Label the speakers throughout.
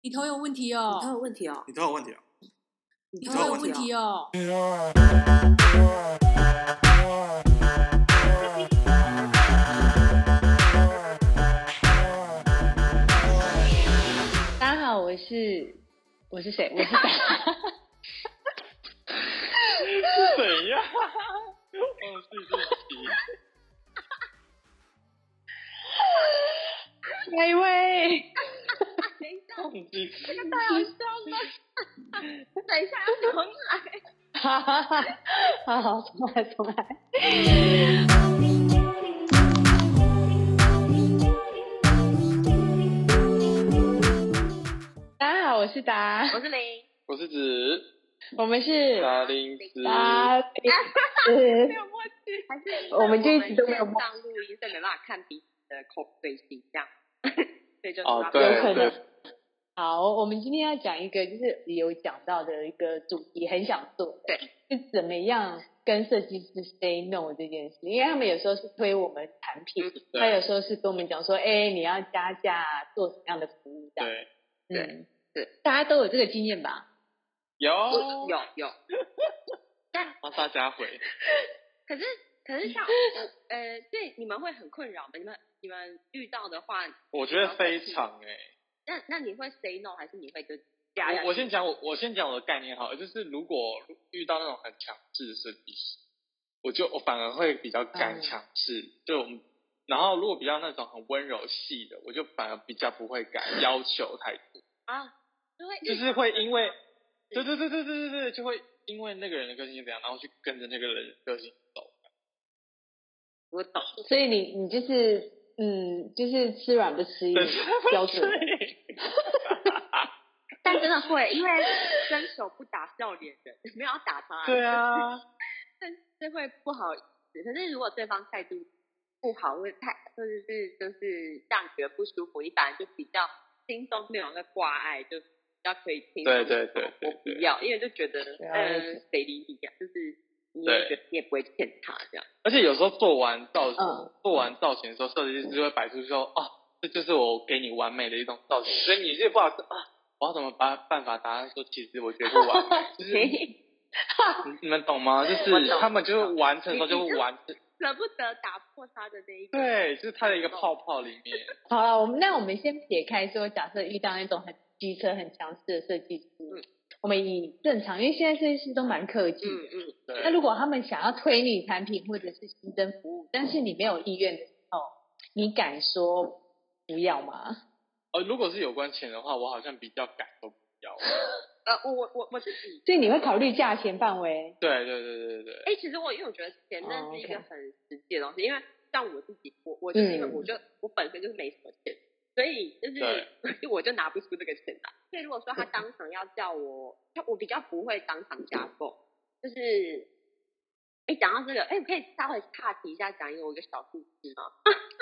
Speaker 1: 你头有问题哦
Speaker 2: 你，头有问题哦，
Speaker 3: 你都有问题啊？
Speaker 2: 你
Speaker 1: 你
Speaker 3: 头
Speaker 1: 头有
Speaker 3: 有问
Speaker 1: 问题
Speaker 2: 哦。
Speaker 1: 哦。
Speaker 4: 大家好，我是我是谁？我是谁？
Speaker 5: 是怎 样？忘记自己。
Speaker 4: 哪一位？
Speaker 5: 忘记自己
Speaker 6: 太好笑了！等一下要重来。
Speaker 4: 哈哈哈！好好，重来，重来。大家好，我是达，
Speaker 6: 我是零，
Speaker 5: 我是指
Speaker 4: 我们是
Speaker 5: 达林斯，
Speaker 4: 达比斯。
Speaker 6: 有默契，还是因为
Speaker 4: 我们这一集都没有
Speaker 6: 我们线上录音，所以没办法看彼此的口对心，这样， 所以就
Speaker 5: 哦，
Speaker 4: 有
Speaker 5: 对
Speaker 4: 可能
Speaker 5: 对，
Speaker 4: 好，我们今天要讲一个就是有讲到的一个主题，很想做的，对，是怎么样跟设计师 say no 这件事，因为他们有时候是推我们产品，
Speaker 5: 对
Speaker 4: 他有时候是跟我们讲说，哎、你要加价做什么样的服务这样，
Speaker 5: 对，
Speaker 6: 对
Speaker 4: 嗯，
Speaker 6: 对，
Speaker 4: 大家都有这个经验吧？
Speaker 5: 有
Speaker 6: 有有有，
Speaker 5: 帮大家回，
Speaker 6: 可是可是像 我呃，对你们会很困扰吗？你们你们遇到的话，
Speaker 5: 我觉得非常哎、
Speaker 6: 那那你会 say no 还是你会就加下
Speaker 5: 我我先讲我我先讲我的概念好了，就是如果遇到那种很强制的设计师，我就我反而会比较敢
Speaker 4: 嗯
Speaker 5: 强制，就我们然后如果比较那种很温柔系的，我就反而比较不会敢要求太多。
Speaker 6: 啊？就会
Speaker 5: 就是会因为，对对对对对对对，就会因为那个人的个性是怎样，然后去跟着那个人的个性走。
Speaker 6: 我懂，
Speaker 4: 所以你你就是嗯，就是吃软不吃硬
Speaker 5: 对，
Speaker 4: 嗯标准，
Speaker 6: 但真的会，因为伸手不打笑脸人，没有要打他，
Speaker 5: 对啊，
Speaker 6: 这会不好意思。可是如果对方态度不好，或者太或者是就是让你觉得不舒服，你反而就比较心中没有那个挂碍，就比较可以听。
Speaker 5: 对对对对
Speaker 6: 我不要，因为就觉得
Speaker 4: 对啊
Speaker 6: 呃谁理你啊，就是你也
Speaker 5: 对
Speaker 6: 觉得你也不会欠他这样。
Speaker 5: 而且有时候做完造型，
Speaker 4: 嗯
Speaker 5: 做完造型的时候，设计师就会摆出说，哦，这就是我给你完美的一种造型，所以你这不好说啊。我要怎么把办法答案说？其实我觉得不 完美，就是你
Speaker 4: 嗯
Speaker 5: 你们懂吗？就
Speaker 6: 我
Speaker 5: 是
Speaker 6: 懂
Speaker 5: 他们就是完成的时候
Speaker 6: 你
Speaker 5: 就完成，
Speaker 6: 舍不得打破他的那一个，
Speaker 5: 对，就是他的一个泡泡里面。
Speaker 4: 好了，我们那我们先撇开说，假设遇到那种很机车、很强势的设计师，
Speaker 6: 嗯
Speaker 4: 我们以正常，因为现在设计师都蛮客气
Speaker 6: 嗯
Speaker 4: 的。
Speaker 6: 嗯，
Speaker 5: 对
Speaker 4: 那如果他们想要推你产品或者是新增服务，但是你没有意愿的时候，你敢说不要吗？
Speaker 5: 哦，如果是有关钱的话，我好像比较敢都不要。
Speaker 6: 呃，我我我我自己
Speaker 4: 所以你会考虑价钱范围。
Speaker 5: 对对对对对
Speaker 6: 哎、其实我因为我觉得钱那
Speaker 4: 哦
Speaker 6: 是一
Speaker 4: ，OK
Speaker 6: 个很实际的东西，因为像我自己，我我就是因为
Speaker 4: 嗯
Speaker 6: 我就、我本身就是没什么钱，所以 就是
Speaker 5: 对
Speaker 6: 我就拿不出这个钱来。所以如果 说他当场要叫我，他我比较不会当场加购，就是。哎，讲到这个，哎，我可以稍微岔题一下，讲一个我一个小故事吗？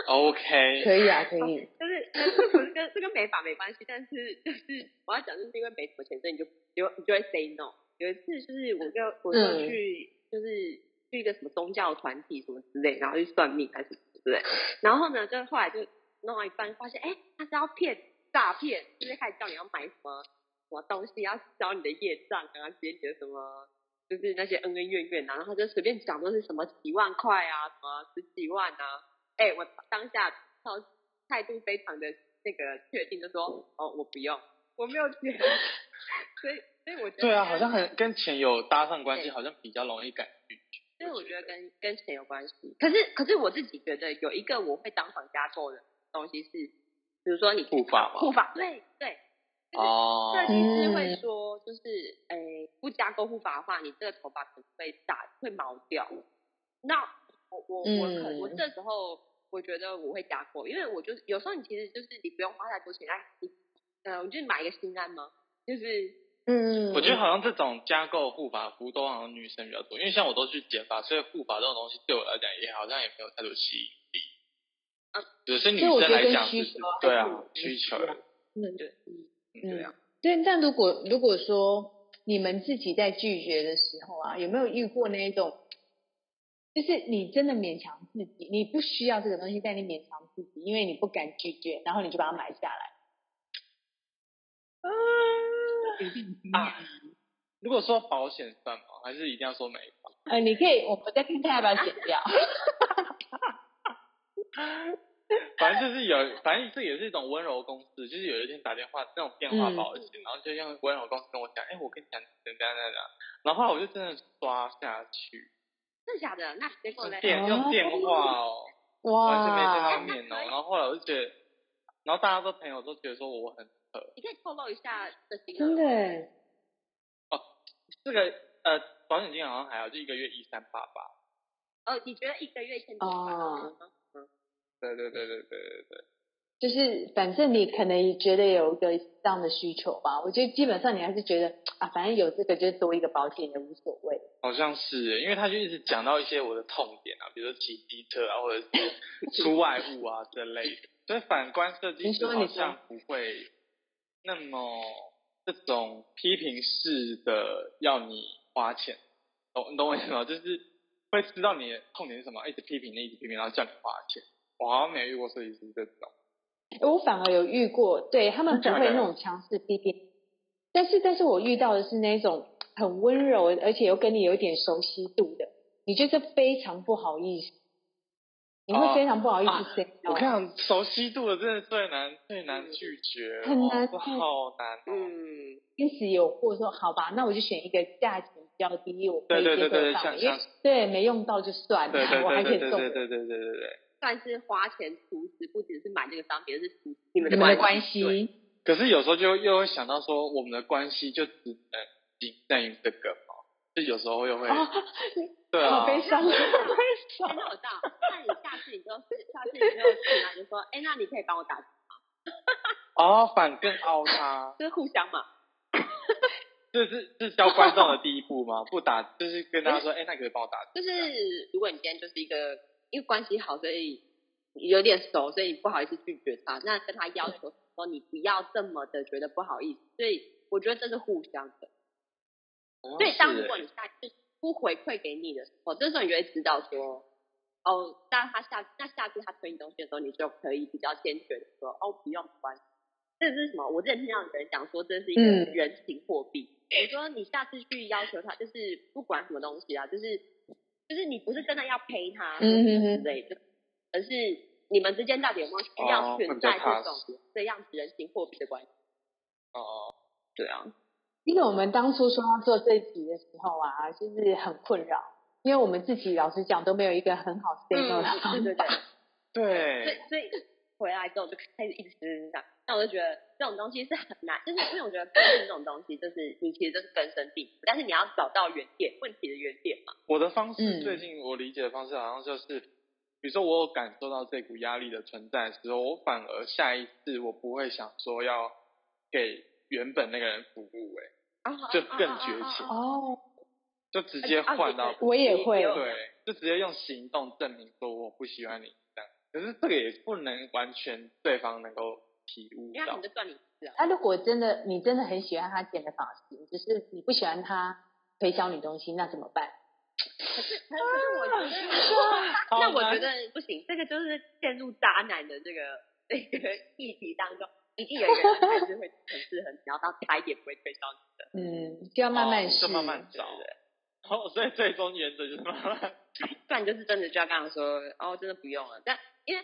Speaker 5: ，OK，
Speaker 4: 可以啊，可以。
Speaker 6: 就是 这不是跟这跟美发没关系，但是就是我要讲，就是因为没什么钱，所以你就你就你就会 say no。有一次就是我就我就
Speaker 4: 嗯
Speaker 6: 去、就是去一个什么宗教团体什么之类，然后去算命还是什么之类，然后呢，就后来就弄到一半发现，哎、他是要骗诈骗，就是开始叫你要买什么什么东西，要交你的业障啊，解你的什么。就是那些恩恩怨怨啊，然后就随便讲都是什么几万块啊，什么十几万啊，哎、我当下超态度非常的那个确定，就说哦，我不用，我没有钱， 所以所以我觉得
Speaker 5: 对啊，好像很跟钱有搭上关系，
Speaker 6: 对
Speaker 5: 好像比较容易感拒绝。
Speaker 6: 所以我觉得跟跟钱有关系。可是可是我自己觉得有一个我会当场加购的东西是，比如说你
Speaker 5: 护发嘛
Speaker 6: 护发，对对，
Speaker 5: 哦，
Speaker 6: 设计师会
Speaker 4: 嗯
Speaker 6: 说就是诶、不加购护发的话，你这个头发可能会打会毛掉。那我我我可
Speaker 4: 嗯
Speaker 6: 我这时候我觉得我会加购，因为我就是有时候你其实就是你不用花太多钱，哎，你呃，我就买一个心安吗？就是
Speaker 4: 嗯
Speaker 5: 我觉得好像这种加购护发服都好像女生比较多，因为像我都去剪发，所以护发这种东西对我来讲也好像也没有太多吸引力。
Speaker 6: 嗯
Speaker 5: 对，所以女
Speaker 4: 所以我
Speaker 5: 生
Speaker 4: 觉得
Speaker 5: 来
Speaker 4: 跟
Speaker 5: 讲
Speaker 4: 需
Speaker 5: 是
Speaker 4: 求啊
Speaker 5: 对
Speaker 4: 还是
Speaker 5: 啊
Speaker 4: 有，
Speaker 5: 需求
Speaker 4: 关系
Speaker 6: 对，
Speaker 4: 嗯
Speaker 5: 对啊，
Speaker 4: 对，但如果如果说你们自己在拒绝的时候啊，有没有遇过那一种，就是你真的勉强自己，你不需要这个东西，但你勉强自己，因为你不敢拒绝，然后你就把它买下来。
Speaker 6: 嗯，
Speaker 5: 啊，如果说保险算吗？还是一定要说美发？
Speaker 4: 呃，你可以，我们再看看要不要剪 掉。
Speaker 5: 反正就是有，反正这也是一种温柔公式，就是有一天打电话那种电话保险，然后就用温柔公式跟我讲，哎、我跟你讲怎样怎样怎样，然后后来我就真的刷下去，
Speaker 6: 真的假的？那结果嘞？
Speaker 5: 电用电话哦，完全没见到
Speaker 4: 哇，
Speaker 5: 面哦，然后后来我就觉得，然后大家都朋友都觉得说我很扯，
Speaker 6: 你可以透露一下这金额
Speaker 4: 真的耶，
Speaker 5: 这个呃保险金好像还好，就一个月一三八八，
Speaker 6: 哦，你觉得一个月一千多块？
Speaker 4: 哦
Speaker 6: 嗯
Speaker 5: 对对对对对对对，
Speaker 4: 就是反正你可能也觉得有一个这样的需求吧。我觉得基本上你还是觉得啊，反正有这个就多一个保险也无所谓。
Speaker 5: 好像是，因为他就一直讲到一些我的痛点啊，比如说骑机车啊，或者是出外务啊之类的，所以反观设计
Speaker 4: 你
Speaker 5: 师
Speaker 4: 说
Speaker 5: 好
Speaker 4: 你说
Speaker 5: 像不会那么这种批评式的要你花钱，懂你懂我意思吗？就是会知道你的痛点是什么，一直批评你，一直批评，然后叫你花钱。我好像没有遇过设计师这种，
Speaker 4: 诶我反而有遇过，对他们不
Speaker 5: 真的假
Speaker 4: 会
Speaker 5: 的
Speaker 4: 那种强势批评，但是但是我遇到的是那种很温柔，而且又跟你有一点熟悉度的，你就是非常不好意思，你会
Speaker 5: 哦
Speaker 4: 非常不好意思
Speaker 5: 啊
Speaker 4: say no
Speaker 5: 我跟你讲，熟悉度的真的最难最难拒绝，
Speaker 4: 很难
Speaker 5: 哦这好难哦。
Speaker 6: 嗯，
Speaker 4: 因此有过说好吧，那我就选一个价钱比较低，我可以
Speaker 5: 对对
Speaker 4: 接受
Speaker 5: 对对
Speaker 4: 的范围，
Speaker 5: 像
Speaker 4: 因为
Speaker 5: 像
Speaker 4: 对没用到就算了，
Speaker 5: 对对
Speaker 4: 我还
Speaker 5: 对
Speaker 4: 可以
Speaker 5: 对对
Speaker 4: 送
Speaker 5: 对对对对对对对。
Speaker 6: 算是花钱除此，不只是买这个商品，而是除你们
Speaker 4: 你
Speaker 6: 的
Speaker 4: 们的
Speaker 6: 关
Speaker 4: 关
Speaker 6: 系。对
Speaker 4: 系。
Speaker 5: 可是有时候就又会想到说，我们的关系就只能仅限于这个嘛，就有时候又会、
Speaker 4: 啊，
Speaker 5: 对 啊
Speaker 4: 好，悲伤，好悲
Speaker 6: 哎
Speaker 4: 伤。
Speaker 6: 那我知道，那你下次你就下次你就进来就说，哎，那你可以帮我打，
Speaker 5: 哦，反更凹他，
Speaker 6: 就是互相嘛。
Speaker 5: 这是这是教观众的第一步吗？ 不打就是跟大家说，哎、那可以帮我打字，
Speaker 6: 就是如果你今天就是一个因为关系好，所以有点熟，所以你不好意思拒绝他，那跟他要求说你不要这么的觉得不好意思，所以我觉得这是互相的。
Speaker 5: 好
Speaker 6: 所以
Speaker 5: 像
Speaker 6: 当
Speaker 5: 是
Speaker 6: 如果
Speaker 5: 欸
Speaker 6: 你下次不回馈给你的时候，这时候你就会知道说，哦，当他下那下次他推你东西的时候，你就可以比较坚决的说，哦，不用没关系。这是什么？我之前听到有人讲说，这是一个
Speaker 4: 嗯
Speaker 6: 人情货币。我说你下次去要求他，就是不管什么东西啊，就是就是你不是真的要陪他，
Speaker 4: 嗯哼
Speaker 6: 之
Speaker 4: 哼
Speaker 6: 类的，而是你们之间到底有没有需要
Speaker 5: 哦会
Speaker 6: 存
Speaker 5: 比较
Speaker 6: 在这
Speaker 5: 踏
Speaker 6: 种、这样子人情货币的关系？
Speaker 5: 哦，
Speaker 6: 对啊，
Speaker 4: 因为我们当初说要做这一集的时候啊，就是很困扰，因为我们自己老实讲都没有一个很好 say no 的方法。
Speaker 6: 嗯 对对对。所以
Speaker 5: 对，
Speaker 6: 所以回来之后就开始一直思想，那我就觉得这种东西是很难，就是因为我觉得个性这种东西，就是你其实就是根深蒂固，但是你要找到原点，问题的原点嘛。
Speaker 5: 我的方式、
Speaker 4: 嗯
Speaker 5: 最近我理解的方式好像就是，比如说我有感受到这股压力的存在的时候，我反而下一次我不会想说要给原本那个人服务、欸，就更绝情
Speaker 4: 哦，
Speaker 5: 就直接
Speaker 6: 啊
Speaker 5: 换到
Speaker 4: 我也会
Speaker 5: 对，就直接用行动证明说我不喜欢你这样。可是这个也不能完全对方能够体悟
Speaker 6: 因为
Speaker 5: 到
Speaker 6: 你，就算你是啊，
Speaker 4: 那、如果真的你真的很喜欢他剪的发型，只是你不喜欢他推销你东西，那怎么办？
Speaker 6: 可是可是我觉得，
Speaker 5: 好
Speaker 6: 啊那我
Speaker 5: 难
Speaker 6: 觉得不行，这个就是陷入渣男的这个这个议题当中，一定有一个人还是会很适合你，然后到他一点不会推销你的。
Speaker 4: 嗯，就要慢慢
Speaker 5: 哦
Speaker 4: 试。
Speaker 5: 就慢慢找。哦，所以最终原则就是慢慢。
Speaker 6: 不然就是真的就要跟他说，哦，真的不用了。但因为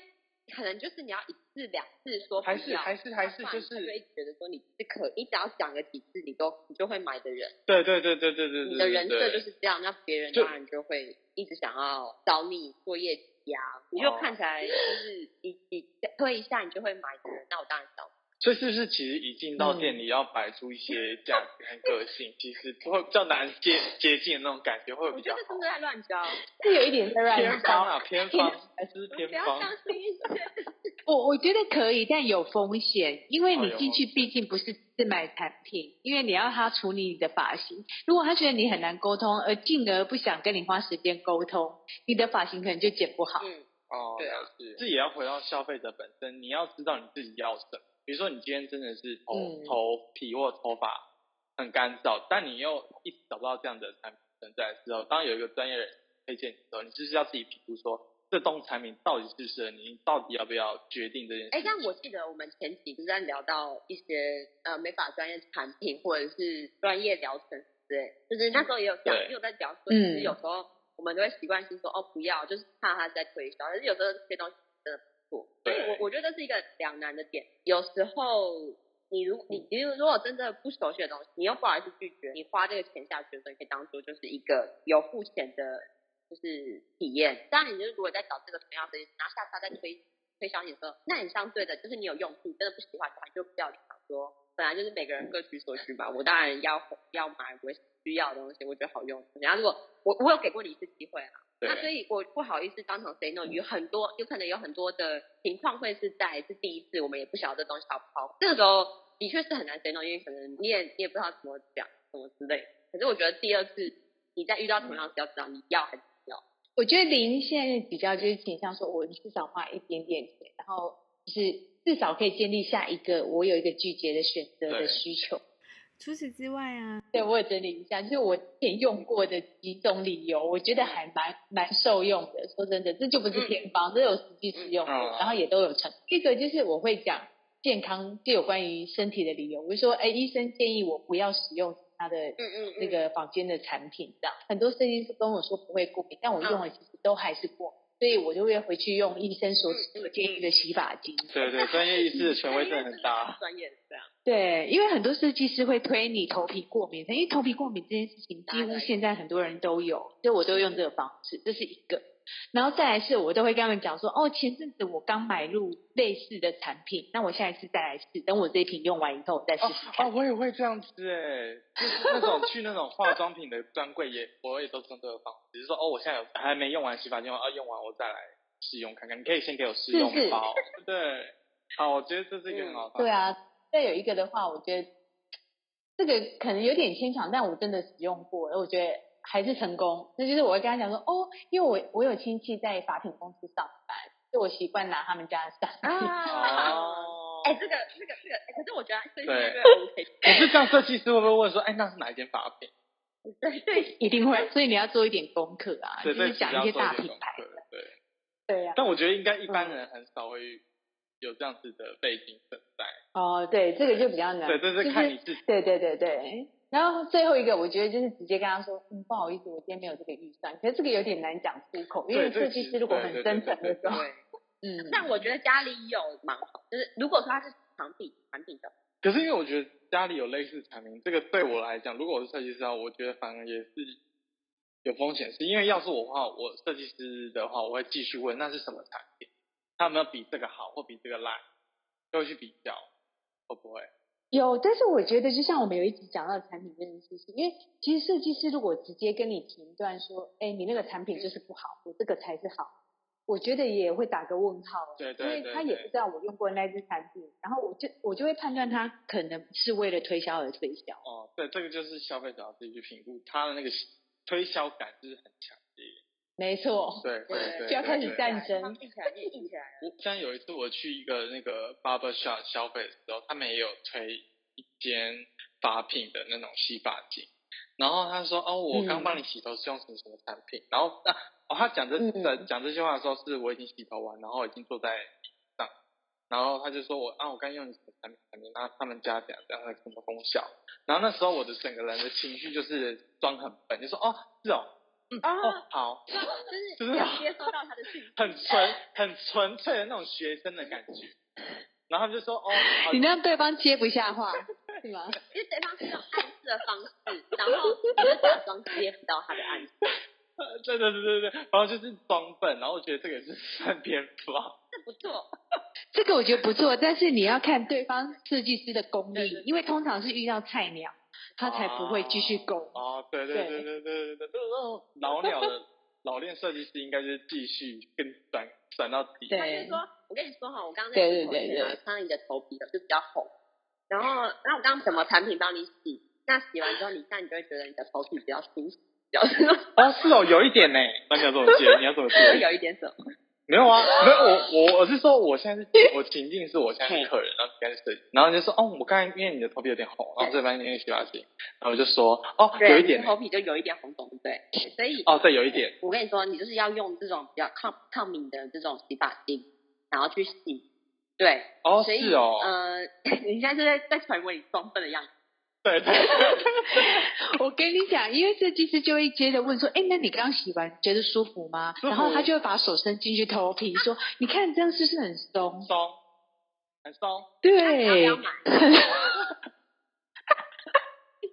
Speaker 6: 可能就是你要一次两次说不
Speaker 5: 还是
Speaker 6: 要
Speaker 5: 还是还是
Speaker 6: 那不然
Speaker 5: 就是
Speaker 6: 他就会觉得说你是可，你只要讲个几次，你都你就会买的人，
Speaker 5: 对对对对对对对，
Speaker 6: 你的人设
Speaker 5: 对
Speaker 6: 就是这样，那别人
Speaker 5: 就
Speaker 6: 当然就会一直想要找你做业绩啊，你
Speaker 5: 哦
Speaker 6: 就看起来就是你你推一下你就会买的人，那我当然找你。
Speaker 5: 所以是不是其实一进到
Speaker 4: 嗯
Speaker 5: 店里要摆出一些价值和个性，其实会比较难接接近的那种感觉，会
Speaker 6: 我
Speaker 5: 比
Speaker 6: 觉
Speaker 5: 较
Speaker 6: 得
Speaker 5: 好
Speaker 6: 真的在乱教，
Speaker 4: 是有一点在
Speaker 5: 偏
Speaker 4: 乱
Speaker 5: 方
Speaker 4: 搞。
Speaker 5: 啊，偏方，还是
Speaker 6: 不
Speaker 5: 偏
Speaker 6: 要
Speaker 5: 方
Speaker 6: 相。信一些。
Speaker 4: 我我觉得可以，但有风险，因为你进去
Speaker 5: 哦有风
Speaker 4: 毕竟不是只买产品，因为你要他处理你的发型。如果他觉得你很难沟通，而进而不想跟你花时间沟通，你的发型可能就剪不好。
Speaker 6: 嗯，
Speaker 5: 哦，
Speaker 6: 对啊
Speaker 5: 了解，这也要回到消费者本身，你要知道你自己要什么。比如说，你今天真的是头、
Speaker 4: 嗯
Speaker 5: 头皮或头发很干燥，但你又一直找不到这样的产品存在的时候，当有一个专业人推荐你的时候，你就是要自己评估说，这栋产品到底适不适合你，你到底要不要决定这件事。
Speaker 6: 哎，但我记得我们前几集在聊到一些呃美发专业产品或者是专业疗程之类，就是那时候也有讲，
Speaker 5: 对
Speaker 6: 也有在讲说，其实
Speaker 4: 嗯
Speaker 6: 有时候我们都会习惯性说哦不要，就是怕他在推销，但是有时候这些东西真的不错，所以
Speaker 5: 对
Speaker 6: 我我觉得这是一个两难的点，有时候。你如你你如果真的不熟悉的东西，你又不好意思拒绝，你花这个钱下去的时候，你可以当做就是一个有付钱的就是体验。当然，你就是如果在找这个同样的，然后下次他再推推销你的时候，那你相对的就是你有用处，真的不喜欢的话，你就不要想说，本来就是每个人各取所需嘛。我当然要要买我需要的东西，我觉得好用。然后如果我我有给过你一次机会啊，那所
Speaker 5: 对，
Speaker 6: 以我不好意思当场 say no，有很多有可能有很多的情况会是在是第一次，我们也不晓得这东西好不好，这个时候的确是很难 say no，因为可能你也你也不知道怎么讲什么之类的。可是我觉得第二次你再遇到同样的事，要知道你要还是不要。
Speaker 4: 我觉得林现在比较就是倾向说，我至少花一点点钱，然后就是至少可以建立下一个我有一个拒绝的选择的
Speaker 5: 对
Speaker 4: 需求。
Speaker 1: 除此之外啊，
Speaker 4: 对，我也整理一下，就是我之前用过的几种理由，我觉得还蛮蛮受用的。说真的，这就不是偏方，这有实际使用，
Speaker 5: 嗯
Speaker 4: 然后也都有成。一个就是我会讲健康，就有关于身体的理由，我就说，哎，医生建议我不要使用他的
Speaker 6: 嗯嗯
Speaker 4: 那个坊间的产品，这样很多设计师跟我说不会过敏，但我用了
Speaker 5: 嗯
Speaker 4: 其实都还是过敏，所以我就会回去用医生
Speaker 5: 嗯
Speaker 4: 所所建议的洗发精。
Speaker 5: 对对，专业医师的权威真的很大。
Speaker 6: 专业的这样。
Speaker 4: 对，因为很多设计师会推你头皮过敏，因为头皮过敏这件事情
Speaker 6: 大家
Speaker 4: 几
Speaker 6: 都
Speaker 4: 乎
Speaker 6: 有
Speaker 4: 现在很多人都有，所以我都用这个方式，这是一个。然后再来是我都会跟他们讲说，哦，前阵子我刚买入类似的产品，那我下一次再来试，等我这一瓶用完以后我再试
Speaker 5: 哦
Speaker 4: 试看。
Speaker 5: 哦，我也会这样子哎，就是那种去那种化妆品的专柜也，我也都是用这个方式，只是说哦，我现在有还没用完洗发精，啊，用完我再来试用看看。你可以先给我试用
Speaker 4: 是是
Speaker 5: 包，对，好，我觉得这是一个很好的方
Speaker 4: 对
Speaker 5: 式。
Speaker 4: 啊，再有一个的话，我觉得这个可能有点牵强，但我真的使用过，我觉得还是成功。那就是我会跟他讲说，哦，因为我我有亲戚在法品公司上班，所以我习惯拿他们家的伞。
Speaker 6: 啊，
Speaker 5: 哦，
Speaker 6: 哎、这个这个这个、哎可是我觉得最近
Speaker 5: 对
Speaker 6: 这个 OK，
Speaker 5: 可是这样设计师会不会问说，哎，那是哪一间发品？
Speaker 6: 对 对，
Speaker 4: 一定会，所以你要做一点功课啊，就
Speaker 5: 对，这
Speaker 4: 是讲一些大品牌。嗯
Speaker 5: 对对。
Speaker 4: 对啊呀、
Speaker 5: 但我觉得应该一般人很少会有这样子的背景存在。
Speaker 4: 哦，对，这个就比较难。
Speaker 5: 对，这
Speaker 4: 就是
Speaker 5: 看你自己。
Speaker 4: 对对对对。然后最后一个，我觉得就是直接跟他说，嗯，不好意思，我今天没有这个预算。可是这个有点难讲出口，因为
Speaker 5: 对这
Speaker 4: 设
Speaker 5: 个
Speaker 4: 计
Speaker 5: 其
Speaker 4: 师
Speaker 5: 实
Speaker 4: 如果
Speaker 5: 对
Speaker 4: 很
Speaker 5: 对
Speaker 4: 真
Speaker 5: 对
Speaker 4: 诚的
Speaker 5: 对
Speaker 4: 时
Speaker 5: 对
Speaker 4: 候，
Speaker 6: 对。
Speaker 4: 嗯，
Speaker 6: 但我觉得家里有蛮好，就是如果说它是产品产品的，
Speaker 5: 可是因为我觉得家里有类似产品，这个对我来讲，如果我是设计师的话，我觉得反而也是有风险，是因为要是我的话，我设计师的话，我会继续问那是什么产品，他有没有比这个好或比这个烂，就会去比较，会不会？
Speaker 4: 有，但是我觉得就像我们有一集讲到产品这件事情，因为其实设计师如果直接跟你评断说，哎，你那个产品就是不好，我这个才是好，我觉得也会打个问号啊，
Speaker 5: 对对
Speaker 4: 因为
Speaker 5: 对
Speaker 4: 他也
Speaker 5: 对
Speaker 4: 不知道我用过那支产品，然后我就我就会判断他可能是为了推销而推销。
Speaker 5: 哦，对，这个就是消费者要自己去评估，他的那个推销感就是很强烈。
Speaker 4: 没错，
Speaker 5: 对对对
Speaker 6: 对
Speaker 5: 对，
Speaker 4: 就要开始
Speaker 5: 对
Speaker 4: 战争
Speaker 6: 硬起来，硬硬起来了。
Speaker 5: 我像有一次我去一个那个 barber shop 消费的时候，他们也有推一间发品的那种洗发精，然后他说哦，我刚帮你洗头是用什么什么产品，然后那、啊、哦他讲这、
Speaker 4: 嗯
Speaker 5: 讲这句话的时候是我已经洗头完，然后已经坐在椅子上，然后他就说我啊我刚用你什么产品产品，然后他们家讲这样的什么功效，然后那时候我的整个人的情绪就是装很笨，就说哦是哦嗯哦好。
Speaker 6: 就
Speaker 5: 就是是
Speaker 6: 要接收到他的讯息。
Speaker 5: 很纯很纯粹的那种学生的感觉。然后他们就说哦，好
Speaker 4: 你让对方接不下话，是吗？
Speaker 6: 因为对方是用暗示的方式，然后你就假装接不到他的暗示，
Speaker 5: 对对对对对，然后就是装笨，然后我觉得这个也是算偏方。
Speaker 6: 这不错。
Speaker 4: 这个我觉得不错，但是你要看对方设计师的功
Speaker 6: 对
Speaker 4: 力
Speaker 6: 对，对
Speaker 4: 因为通常是遇到菜鸟，他才不会继续购买。
Speaker 5: 哦，对对对对对对对，这种老鸟的老练设计师应该就是继续跟转转到底。
Speaker 4: 对
Speaker 6: 他就说，我跟你说哈，我刚刚在
Speaker 4: 对
Speaker 6: 洗头
Speaker 4: 对对
Speaker 6: 前啊
Speaker 4: 对
Speaker 6: 看到你的头皮就比较红，然后那我刚刚什么产品帮你洗，那洗完之后你看你就会觉得你的头皮比较舒服，比较
Speaker 5: 啊哦，是哦，有一点呢。那你要怎么接？你要怎么
Speaker 6: 就
Speaker 5: 接？
Speaker 6: 有一点什么。
Speaker 5: 没有啊，没有我我我是说我现在是我情境是我现在是客人，然后你在设计，然后你就说哦，我刚才因为你的头皮有点红，然后这边因为洗发精，然后我就说哦
Speaker 6: 对，
Speaker 5: 有一
Speaker 6: 你
Speaker 5: 点
Speaker 6: 头皮就有一点红肿，对不对？所以
Speaker 5: 哦对有一点，
Speaker 6: 我跟你说，你就是要用这种比较抗抗敏的这种洗发精，然后去洗。对，
Speaker 5: 哦
Speaker 6: 所以
Speaker 5: 是哦，
Speaker 6: 呃， 你现在就在在传我你装笨的样子。
Speaker 5: 对对，
Speaker 4: 我跟你讲，因为设计师就会接着问说：“哎，那你刚洗完觉得舒服吗？”
Speaker 5: 服
Speaker 4: 然后他就会把手伸进去头皮说：“你看这样是不是很松
Speaker 5: 松很松？”
Speaker 6: 要不
Speaker 4: 对
Speaker 6: 要，买？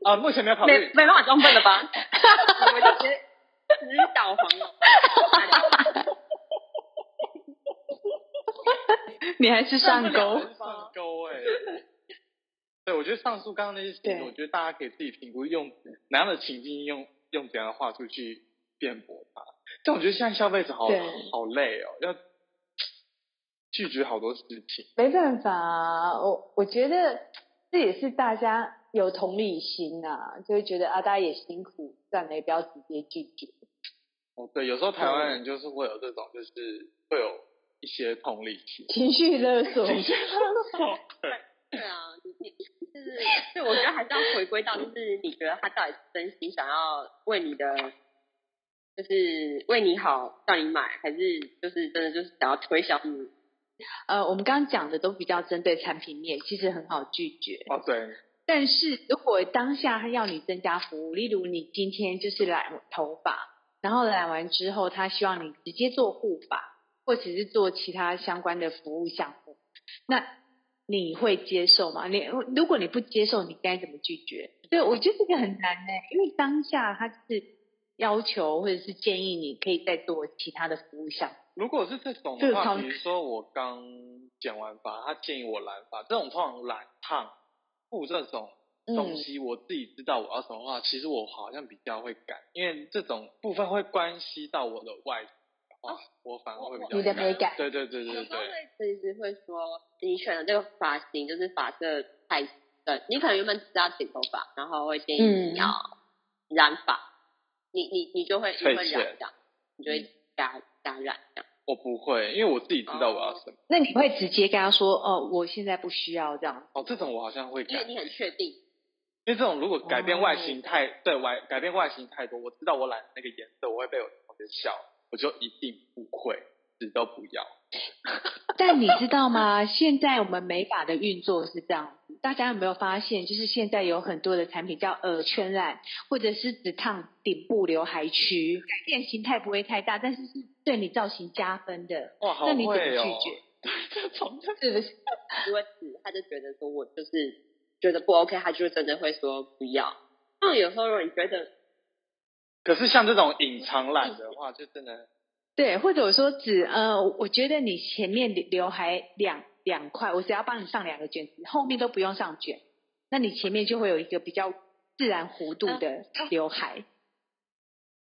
Speaker 5: 啊，目前没有考
Speaker 6: 没
Speaker 5: 虑，
Speaker 6: 没办法装笨了 吧？我们就直接直导黄了。
Speaker 4: 你还是上 钩。
Speaker 5: 上钩哎。对，我觉得上述刚刚那些事
Speaker 4: 对
Speaker 5: 情，我觉得大家可以自己评估用哪样的情境用用怎样的话术去辩驳它。但我觉得现在消费者好
Speaker 4: 对
Speaker 5: 好累哦，要拒绝好多事情。
Speaker 4: 没办法、啊，我我觉得这也是大家有同理心呐、就会觉得啊，大家也辛苦，算了，也不要直接拒绝。
Speaker 5: 哦，对，有时候台湾人就是会有这种，就是会有一些同理心。
Speaker 4: 情绪勒 索，
Speaker 6: 对啊，你你就是，对，我觉得还是要回归到，就是你觉得他到底是真心想要为你的，就是为你好让你买，还是就是真的就是想要推销你？
Speaker 4: 呃，我们刚刚讲的都比较针对产品面，其实很好拒绝。
Speaker 5: 哦，对，
Speaker 4: 但是如果当下他要你增加服务，例如你今天就是染头发，然后染完之后，他希望你直接做护发，或者是做其他相关的服务项目，那你会接受吗？你如果你不接受，你该怎么拒绝？对，我觉得这个很难呢、因为当下他是要求或者是建议你可以再做其他的服务项目。
Speaker 5: 如果是这种
Speaker 4: 这
Speaker 5: 的
Speaker 4: 个
Speaker 5: 话，
Speaker 4: 同
Speaker 5: 比如说我刚剪完发，他建议我染发，这种通常染烫、护这种东西，
Speaker 4: 嗯
Speaker 5: 我自己知道我要什么话，其实我好像比较会改，因为这种部分会关系到我的外形的话，我反而会比较
Speaker 4: 哦你的
Speaker 5: 改
Speaker 4: 美感哦
Speaker 5: 对对对对
Speaker 6: 有
Speaker 5: 嗯对
Speaker 6: 时候会
Speaker 5: 对，
Speaker 6: 随时会说，你选的这个发型就是发色太深，你可能原本只是要剪头发，然后会建议
Speaker 5: 嗯
Speaker 6: 你要染发，你你你就会因为
Speaker 5: 退
Speaker 6: 染
Speaker 5: 却
Speaker 6: 这样，你就
Speaker 5: 嗯
Speaker 6: 会加加染这样。
Speaker 5: 我不会，因为我自己知道我要什么。
Speaker 4: 那你会直接跟他说：“哦，我现在不需要这样。
Speaker 5: 哦，这种我好像会改，
Speaker 6: 因为你很确定，
Speaker 5: 因为这种如果改变外形太、
Speaker 4: 哦
Speaker 5: 对外改变外形太多，我知道我染那个颜色，我会被我同学笑，我就一定不会，死都不要。”
Speaker 4: 但你知道吗？ 现在我们美发的运作是这样子，大家有没有发现？就是现在有很多的产品叫耳圈染，或者是只烫顶部刘海区，改变形态不会太大，但是是对你造型加分的。
Speaker 5: 哇，好
Speaker 4: 那你怎么
Speaker 5: 会
Speaker 4: 拒
Speaker 5: 哦！
Speaker 4: 绝？
Speaker 5: 这种就是
Speaker 4: 不是？
Speaker 6: 因为子他就觉得说我就是觉得不 OK，他就真的会说不要。那有时候如果你觉得
Speaker 5: 可是像这种隐藏懒的话，就真的
Speaker 4: 对，或者我说只呃，我觉得你前面刘海两两块，我只要帮你上两个卷子，后面都不用上卷，那你前面就会有一个比较自然弧度的
Speaker 5: 啊
Speaker 4: 刘海。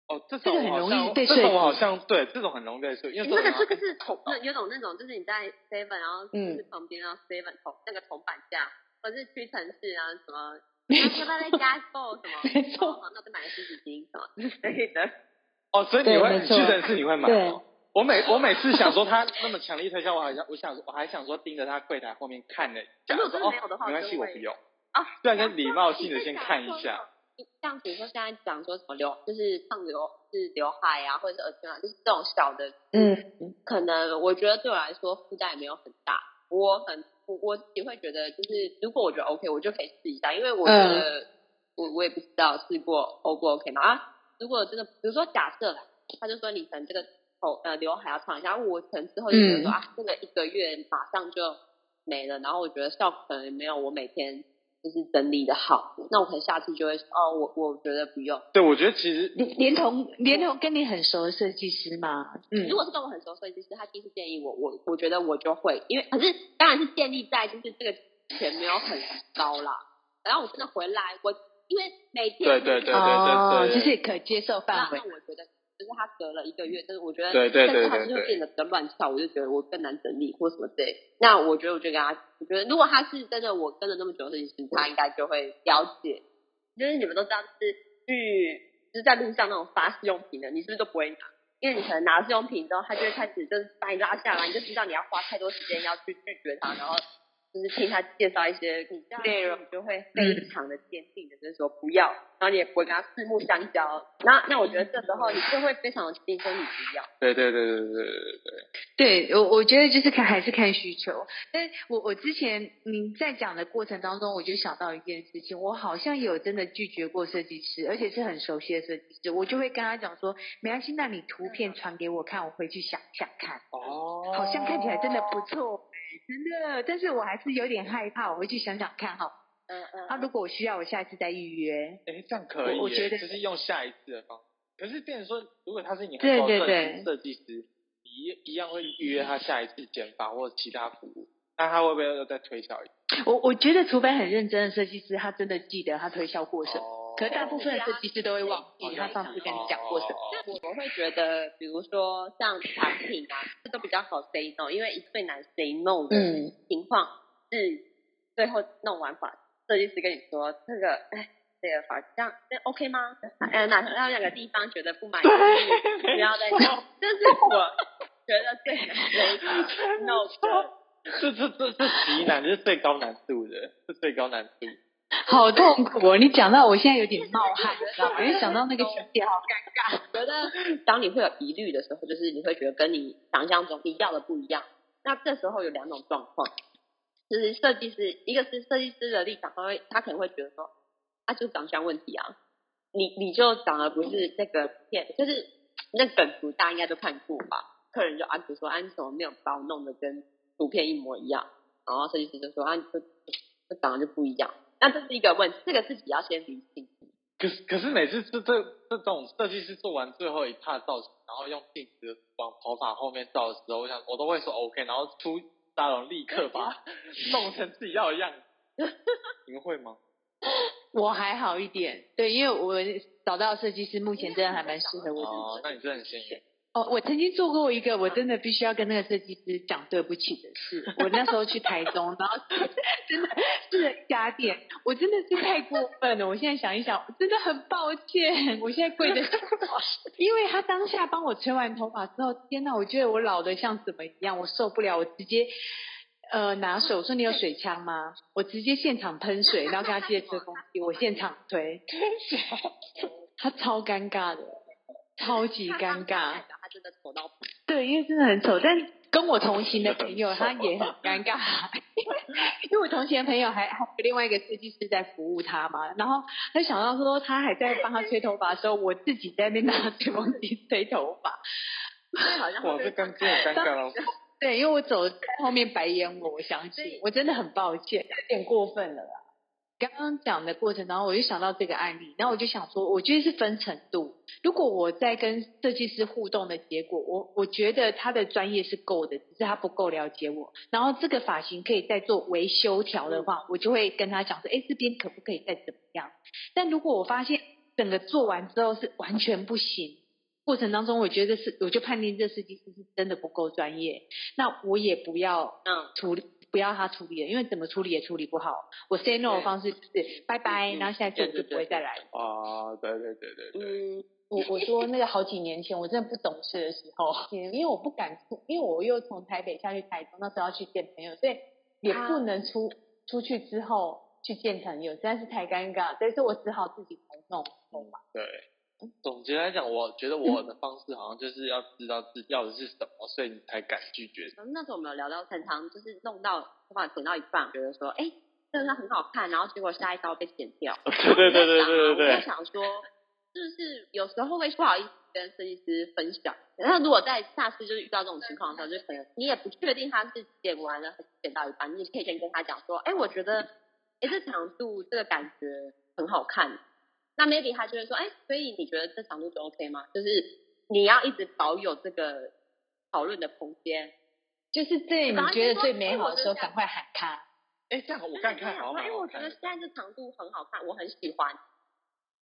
Speaker 5: 哦，这
Speaker 4: 这个
Speaker 5: 种
Speaker 4: 很容易
Speaker 5: 我好像
Speaker 4: 被
Speaker 5: 这
Speaker 4: 说
Speaker 5: 种
Speaker 4: 服
Speaker 5: 我好像对，这种很容易被说服，因为
Speaker 6: 你那个
Speaker 5: 种
Speaker 6: 这个是铜，
Speaker 5: 啊
Speaker 6: 那有种那种就是你在 seven，然后就是
Speaker 5: 嗯
Speaker 6: 旁边然后 seven 铜那个铜板架，或者是屈臣氏啊什么，
Speaker 4: 没
Speaker 6: 要
Speaker 4: 错
Speaker 6: 不要再加购什么？
Speaker 4: 没错
Speaker 6: 哦，那我就买了湿纸巾什么之类 的。
Speaker 5: 哦，所以你
Speaker 4: 对
Speaker 5: 会
Speaker 4: 没
Speaker 5: 你屈
Speaker 4: 错
Speaker 5: 臣氏你会买
Speaker 4: 对
Speaker 5: 哦。我每我每次想说他那么强力推销，我好像我想我还想说盯着他柜台后面看了一下，
Speaker 6: 如果
Speaker 5: 说
Speaker 6: 真的
Speaker 5: 哦
Speaker 6: 没有的话
Speaker 5: 没关系
Speaker 6: 就
Speaker 5: 我
Speaker 6: 会
Speaker 5: 不用。
Speaker 6: 啊，
Speaker 5: 虽然跟礼貌性的先看一下。
Speaker 6: 像比如说现在讲说什么刘，就是烫刘，就是刘海啊，或者是耳圈啊，就是这种小的，
Speaker 4: 嗯，
Speaker 6: 可能我觉得对我来说负担也没有很大。我很我我自己会觉得，就是如果我觉得 OK，我就可以试一下，因为我觉得、我我也不知道试过 O 不 OK 嘛啊。如果真的，比如说假设啦，他就说你可能这个头呃刘海要烫一下，我可能之后就觉得说、
Speaker 4: 嗯
Speaker 6: 啊，这个一个月马上就没了，然后我觉得效果可能也没有我每天就是整理的好，那我可能下次就会说哦，我我觉得不用。
Speaker 5: 对，我觉得其实
Speaker 4: 连连同连同跟你很熟的设计师嘛，嗯
Speaker 6: 如，果是跟我很熟的设计师，他第一次建议我，我我觉得我就会，因为可是当然是建立在就是这个钱没有很高啦。然后我真的回来，我因为每天
Speaker 5: 对对对对
Speaker 4: 哦，
Speaker 5: 对
Speaker 4: 就是
Speaker 5: 对
Speaker 4: 可接受
Speaker 6: 那
Speaker 4: 范
Speaker 6: 那
Speaker 4: 围。
Speaker 6: 我觉得就是他隔了一个月，就是我觉得
Speaker 5: 对对对
Speaker 6: 但是他
Speaker 5: 对
Speaker 6: 就
Speaker 5: 对
Speaker 6: 会变得比较乱跳，我就觉得我更难整理或什么之类的。那我觉得我就跟他，我觉得如果他是真的我跟了那么久的设计师，他应该就会了解，就是你们都知道，就是去就是在路上那种发饰用品的，你是不是都不会拿？因为你可能拿了试用品之后，他就会开始就是把你拉下来，你就知道你要花太多时间要去拒绝他，然后就是听他介绍一些你这样
Speaker 4: 内容嗯
Speaker 6: 你就会非常的坚定的就是说不要，然后你也不会跟他四目相交。那那我觉得这时候你就会非常的坚定说你不要。
Speaker 5: 对对对对对对对对，
Speaker 4: 对我，我觉得就是看还是看需求。但是我我之前您在讲的过程当中，我就想到一件事情，我好像有真的拒绝过设计师，而且是很熟悉的设计师，我就会跟他讲说，没关系，那你图片传给我看，我回去想想看，
Speaker 5: 哦，
Speaker 4: 好像看起来真的不错，真的，但是我还是有点害怕，我回去想想看哈。
Speaker 6: 嗯嗯
Speaker 4: 啊，如果我需要，我下一次再预约。
Speaker 5: 哎，这样可以耶，
Speaker 4: 我我觉得
Speaker 5: 就是用下一次的方法。可是变成说，如果他是你
Speaker 4: 对
Speaker 5: 很好
Speaker 4: 对
Speaker 5: 的
Speaker 4: 对
Speaker 5: 设计师，你一一样会预约他下一次剪发或其他服务，那他会不会又再推销一次？
Speaker 4: 我我觉得，除非很认真的设计师，他真的记得他推销过什么，
Speaker 5: 哦，
Speaker 4: 可是大部分的设计师都会忘
Speaker 6: 好
Speaker 4: 记他
Speaker 6: 像
Speaker 4: 上次跟你讲过什么。
Speaker 5: 么？
Speaker 6: 那我会觉得，比如说像产品啊，这都比较好 say no，因为最难 say no 的
Speaker 4: 嗯，
Speaker 6: 情况是最后弄完发，设计师跟你说这个，哎，这个发质这样，这 OK 吗？哎，哪哪两个地方觉得不满意，不要 再弄。这是我觉得最难 say no 的。
Speaker 5: 这这这这极难，这是最高难度的，是最高难度。
Speaker 4: 好痛苦哦！你讲到我现在有点冒汗，你知道吗？因为想到那个情节，好
Speaker 6: 觉得当你会有疑虑的时候，就是你会觉得跟你想象中你要的不一样。那这时候有两种状况，就是设计师，一个是设计师的立场，他会他可能会觉得说，啊，就是长相问题啊，你你就长得不是那个片，就是那梗图大家应该都看过吧？客人就安抚说，啊，你怎么没有把我弄得跟图片一模一样？然后设计师就说，啊，你这这长得就不一样。那这是一个问题，这个自己要先理清。
Speaker 5: 可是可是每次这这这种设计师做完最后一帕造型，然后用镜子往头发后面照的时候，我想我都会说 OK，然后出沙龙立刻把它弄成自己要的样 子。你们会吗？
Speaker 4: 我还好一点，对，因为我找到的设计师目前真的还蛮适合我自己。
Speaker 5: 哦，那你真的很幸 运。
Speaker 4: 哦，我曾经做过一个，我真的必须要跟那个设计师讲对不起的事。我那时候去台中，然后 真的试了一家店，我真的是太过分了。我现在想一想，我真的很抱歉，我现在 跪着，因为他当下帮我吹完头发之后，天哪，我觉得我老的像什么一样，我受不了，我直接。呃，拿水，我说你有水枪吗？我直接现场喷水，然后跟他借吹风机，我现场吹，他超尴尬的，超级尴尬。
Speaker 6: 他真的丑到
Speaker 4: 对，因为真的很丑，但跟我同行的朋友他也很尴 尬，因为我同行的朋友还还有另外一个设计师在服务他嘛，然后他想到说他还在帮他吹头发的时候，我自己在那边拿吹风机吹头发，
Speaker 6: 对，好像
Speaker 5: 哇，这尴真的尴尬了。
Speaker 4: 对，因为我走在后面白眼我，我相信
Speaker 6: 对
Speaker 4: 我真的很抱歉，有点过分了啦。啊刚刚讲的过程当中，我就想到这个案例，然后我就想说，我觉得是分程度。如果我在跟设计师互动的结果，我我觉得他的专业是够的，只是他不够了解我。然后这个发型可以再做微修调的话，我就会跟他讲说，哎，这边可不可以再怎么样？但如果我发现整个做完之后是完全不行，过程当中我觉得是，我就判定这设计师是真的不够专业，那我也不要
Speaker 6: 嗯，
Speaker 4: 处理，不要他处理了，因为怎么处理也处理不好。我 say no 的
Speaker 6: 对
Speaker 4: 方式就是拜拜，
Speaker 6: 嗯
Speaker 4: 然后下一次我就不会再来。
Speaker 5: 哦，对对对对对，
Speaker 6: 嗯，
Speaker 1: 我我说那个好几年前，我真的不懂事的时候， 因为我不敢出，因为我又从台北下去台中，那时候要去见朋友，所以也
Speaker 4: 啊
Speaker 1: 不能出、出去之后去见朋友，实在是太尴尬，所以说我只好自己来弄
Speaker 4: 嗯
Speaker 1: 弄嘛。
Speaker 5: 对。嗯总结来讲，我觉得我的方式好像就是要知道自己要的是什么，所以你才敢拒绝。
Speaker 6: 嗯那时候我们有聊到常常就是弄到头发剪到一半，觉得说，哎、这个很好看，然后结果下一刀被剪掉。
Speaker 5: 对 对对对对对
Speaker 6: 我在
Speaker 5: 对。
Speaker 6: 想说，是不是有时候会不好意思跟设计师分享？那如果在下次就是遇到这种情况的时候，就可能你也不确定他是剪完了还是剪到一半，你也可以先跟他讲说，哎、我觉得，哎、这长度这个感觉很好看。那 maybe 他就会说，哎、所以你觉得这长度就 OK 吗？就是你要一直保有这个讨论的空间。
Speaker 1: 就是这你
Speaker 6: 赶快
Speaker 1: 觉得
Speaker 6: 说
Speaker 1: 最
Speaker 6: 哎
Speaker 1: 美好
Speaker 6: 我
Speaker 1: 的
Speaker 6: 觉
Speaker 1: 时候，
Speaker 6: 得
Speaker 1: 赶快喊他。
Speaker 5: 哎，这样我看看好
Speaker 6: 哎、
Speaker 5: 像
Speaker 6: 我
Speaker 5: 蛮好
Speaker 6: 觉
Speaker 5: 看
Speaker 6: 得
Speaker 5: 的
Speaker 6: 现在这长度很好看，我很喜欢。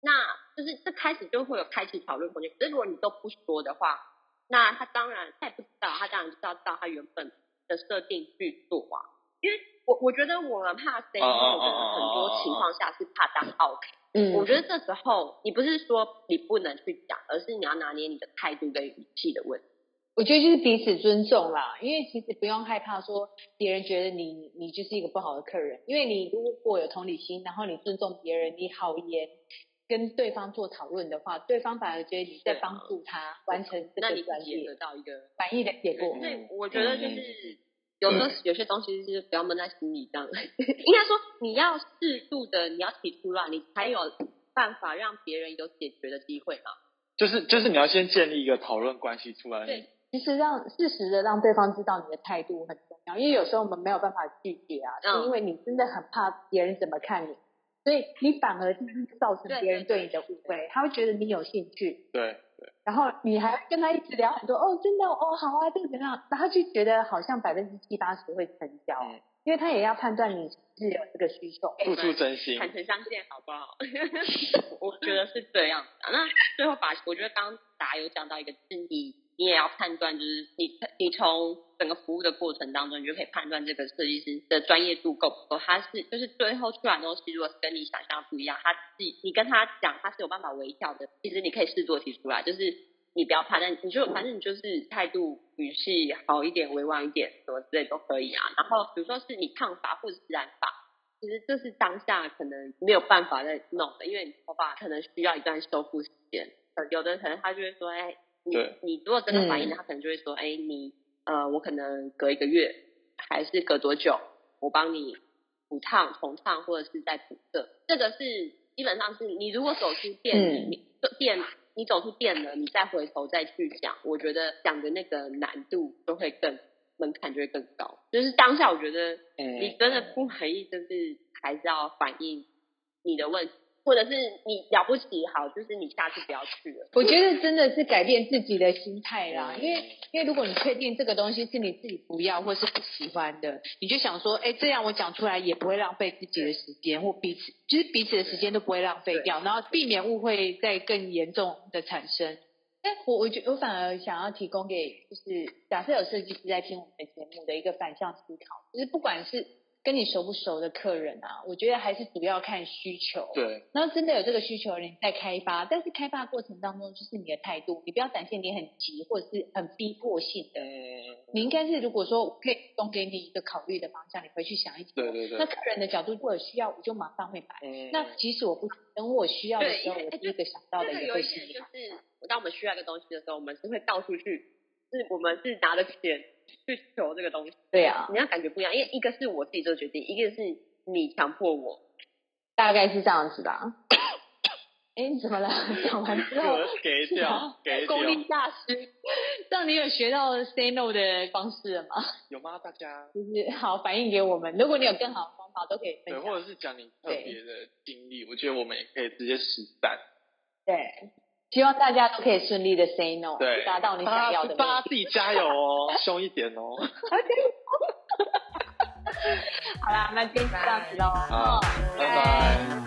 Speaker 6: 那就是这开始就会有开启讨论空间。可是如果你都不说的话，那他当然他也不知道，他当然就是要照他原本的设定去做啊。因为我我觉得我们怕 say
Speaker 5: 哦
Speaker 6: no 的很多情况下是怕当 OK。
Speaker 4: 嗯
Speaker 6: 我觉得这时候你不是说你不能去讲，而是你要拿捏你的态度跟语气的问题。
Speaker 4: 我觉得就是彼此尊重啦，因为其实不用害怕说别人觉得你你就是一个不好的客人，因为你如果有同理心，然后你尊重别人，你好言跟对方做讨论的话，对方反而觉得你在
Speaker 6: 是啊
Speaker 4: 帮助他完成这
Speaker 6: 那
Speaker 4: 个
Speaker 6: 你
Speaker 4: 专
Speaker 6: 自己也
Speaker 4: 业
Speaker 6: 得到一个，
Speaker 4: 满意的结果。
Speaker 5: 嗯
Speaker 6: 所以我觉得就是有时候有些东西就是不要闷在心里，这样 应该说你要适度的，你要提出来，你才有办法让别人有解决的机会嘛。
Speaker 5: 就是就是你要先建立一个讨论关系出来。
Speaker 6: 对
Speaker 4: 其实让适时的让对方知道你的态度很重要，因为有时候我们没有办法拒绝啊，
Speaker 6: 嗯
Speaker 4: 是因为你真的很怕别人怎么看你，所以你反而就是造成别人对你的误会，他会觉得你有兴趣，
Speaker 5: 对，
Speaker 4: 然后你还跟他一直聊很多哦，真的哦，好啊，这个怎么样？然后就觉得好像百分之七八十会成交，
Speaker 5: 嗯
Speaker 4: 因为他也要判断你是不是有这个需求。
Speaker 5: 付出真心。
Speaker 6: 坦诚相见，好不好？我觉得是这样子、啊。那最后把，我觉得刚刚达有讲到一个，就是你你也要判断，就是你你从整个服务的过程当中，你就可以判断这个设计师的专业度够不够。他是就是最后出来的东西，如果是跟你想象不一样，他自己你跟他讲，他是有办法微调的。其实你可以试做提出来，就是你不要怕，但你就反正你就是态度语气好一点，委婉一点，什么之类都可以啊。然后比如说是你烫发或者是染发。其实这是当下可能没有办法再弄的，因为你头发可能需要一段修复时间。呃有的可能他就会说，哎，你
Speaker 5: 对
Speaker 6: 你如果真的反应
Speaker 4: 嗯
Speaker 6: 了，他可能就会说，哎，你呃，我可能隔一个月还是隔多久，我帮你补烫、重烫或者是再补色。这个是基本上是你如果走出店，
Speaker 4: 嗯
Speaker 6: 你就店你走出店了，你再回头再去讲，我觉得讲的那个难度就会更门槛就会更高。就是当下我觉得
Speaker 5: 嗯
Speaker 6: 你真的不满意，就是还是要反映你的问题，或者是你了不起好，就是你下次不要去了。
Speaker 4: 我觉得真的是改变自己的心态啦，
Speaker 5: 嗯
Speaker 4: 因为因为如果你确定这个东西是你自己不要或是不喜欢的，你就想说，哎，这样我讲出来也不会浪费自己的时间或彼此，就是彼此的时间都不会浪费掉，然后避免误会再更严重的产生。哎，我我觉我反而想要提供给就是假设有设计师在听我们的节目的一个反向思考，就是不管是跟你熟不熟的客人啊，我觉得还是主要看需求。
Speaker 5: 对，
Speaker 4: 然后真的有这个需求，你再开发，但是开发过程当中就是你的态度，你不要展现你很急或者是很逼迫性
Speaker 6: 呃
Speaker 4: 的，
Speaker 5: 嗯，
Speaker 4: 你应该是如果说我可以提供给你一个考虑的方向，你回去想一想。
Speaker 5: 对对
Speaker 4: 那
Speaker 5: 对，
Speaker 4: 客人的角度，如果有需要，我就马上会买。
Speaker 5: 嗯，
Speaker 4: 那即使我不等我需要的
Speaker 6: 对
Speaker 4: 时候，
Speaker 6: 因为
Speaker 4: 我
Speaker 6: 哎
Speaker 4: 第一个想到的
Speaker 6: 这个
Speaker 4: 也
Speaker 6: 有
Speaker 4: 会
Speaker 6: 一
Speaker 4: 是
Speaker 6: 点
Speaker 4: 你
Speaker 6: 就。是，当我们需要一个东西的时候，我们是会到处去，是我们是拿着钱去求这个东西，
Speaker 4: 对啊，
Speaker 6: 你要感觉不一样，因为一个是我自己做决定，一个是你强迫我。
Speaker 4: 大概是这样子吧。哎，你怎么了？讲完之后。
Speaker 5: 我 给
Speaker 6: 啊
Speaker 5: 掉，给掉，
Speaker 4: 功力大师，让你有学到 say no 的方式了吗？
Speaker 5: 有吗？大家
Speaker 4: 就是 好反映给我们。如果你有更好的方法，都可以分
Speaker 5: 对，
Speaker 4: 享。
Speaker 5: 或者是讲你特别的经历，我觉得我们也可以直接实战。
Speaker 4: 对，希望大家都可以顺利的 say no，
Speaker 5: 对，啊
Speaker 4: 达到你想要的目
Speaker 5: 大家大家
Speaker 4: 的。
Speaker 5: 自己加油哦，凶一点哦。
Speaker 4: 好啦，那今天就这样子喽。
Speaker 5: 啊好，拜拜。